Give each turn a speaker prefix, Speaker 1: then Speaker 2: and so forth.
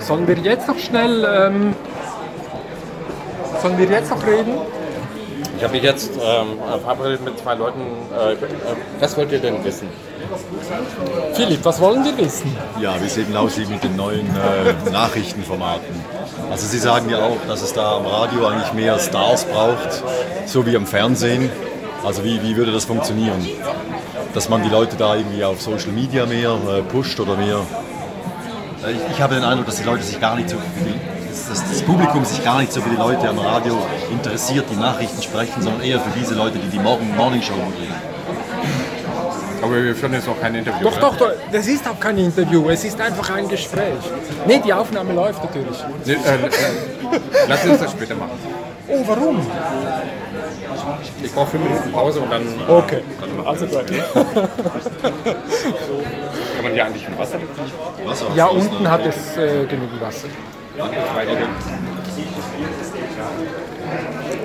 Speaker 1: Sollen wir jetzt noch schnell. Ähm, sollen wir jetzt noch reden?
Speaker 2: Ich habe mich jetzt ähm, verabredet mit zwei Leuten. Äh, äh, was wollt ihr denn wissen?
Speaker 1: Philipp, was wollen wir wissen?
Speaker 3: Ja, wie es eben aussieht mit den neuen äh, Nachrichtenformaten. Also Sie sagen ja auch, dass es da am Radio eigentlich mehr Stars braucht, so wie am Fernsehen. Also wie, wie würde das funktionieren? Dass man die Leute da irgendwie auf Social Media mehr äh, pusht oder mehr... Äh, Ich, ich habe den Eindruck, dass die Leute sich gar nicht so... Dass dass das Publikum sich gar nicht so für die Leute am Radio interessiert, die Nachrichten sprechen, sondern eher für diese Leute, die die Morgen Morning Show moderieren.
Speaker 2: Aber wir führen jetzt noch kein Interview.
Speaker 1: Doch,
Speaker 2: ne?
Speaker 1: doch, doch, das ist auch kein Interview, es ist einfach ein Gespräch. Nee, die Aufnahme läuft natürlich.
Speaker 2: Nee, äh, äh, lass uns das später machen.
Speaker 1: Oh, warum?
Speaker 2: Ich brauche fünf Minuten Pause und dann äh,
Speaker 1: Okay, also gut.
Speaker 2: kann man hier eigentlich ein Wasser
Speaker 3: Was auch
Speaker 1: Ja,
Speaker 3: sonst,
Speaker 1: unten
Speaker 3: ne?
Speaker 1: hat es äh, genügend Wasser.
Speaker 2: Weil die-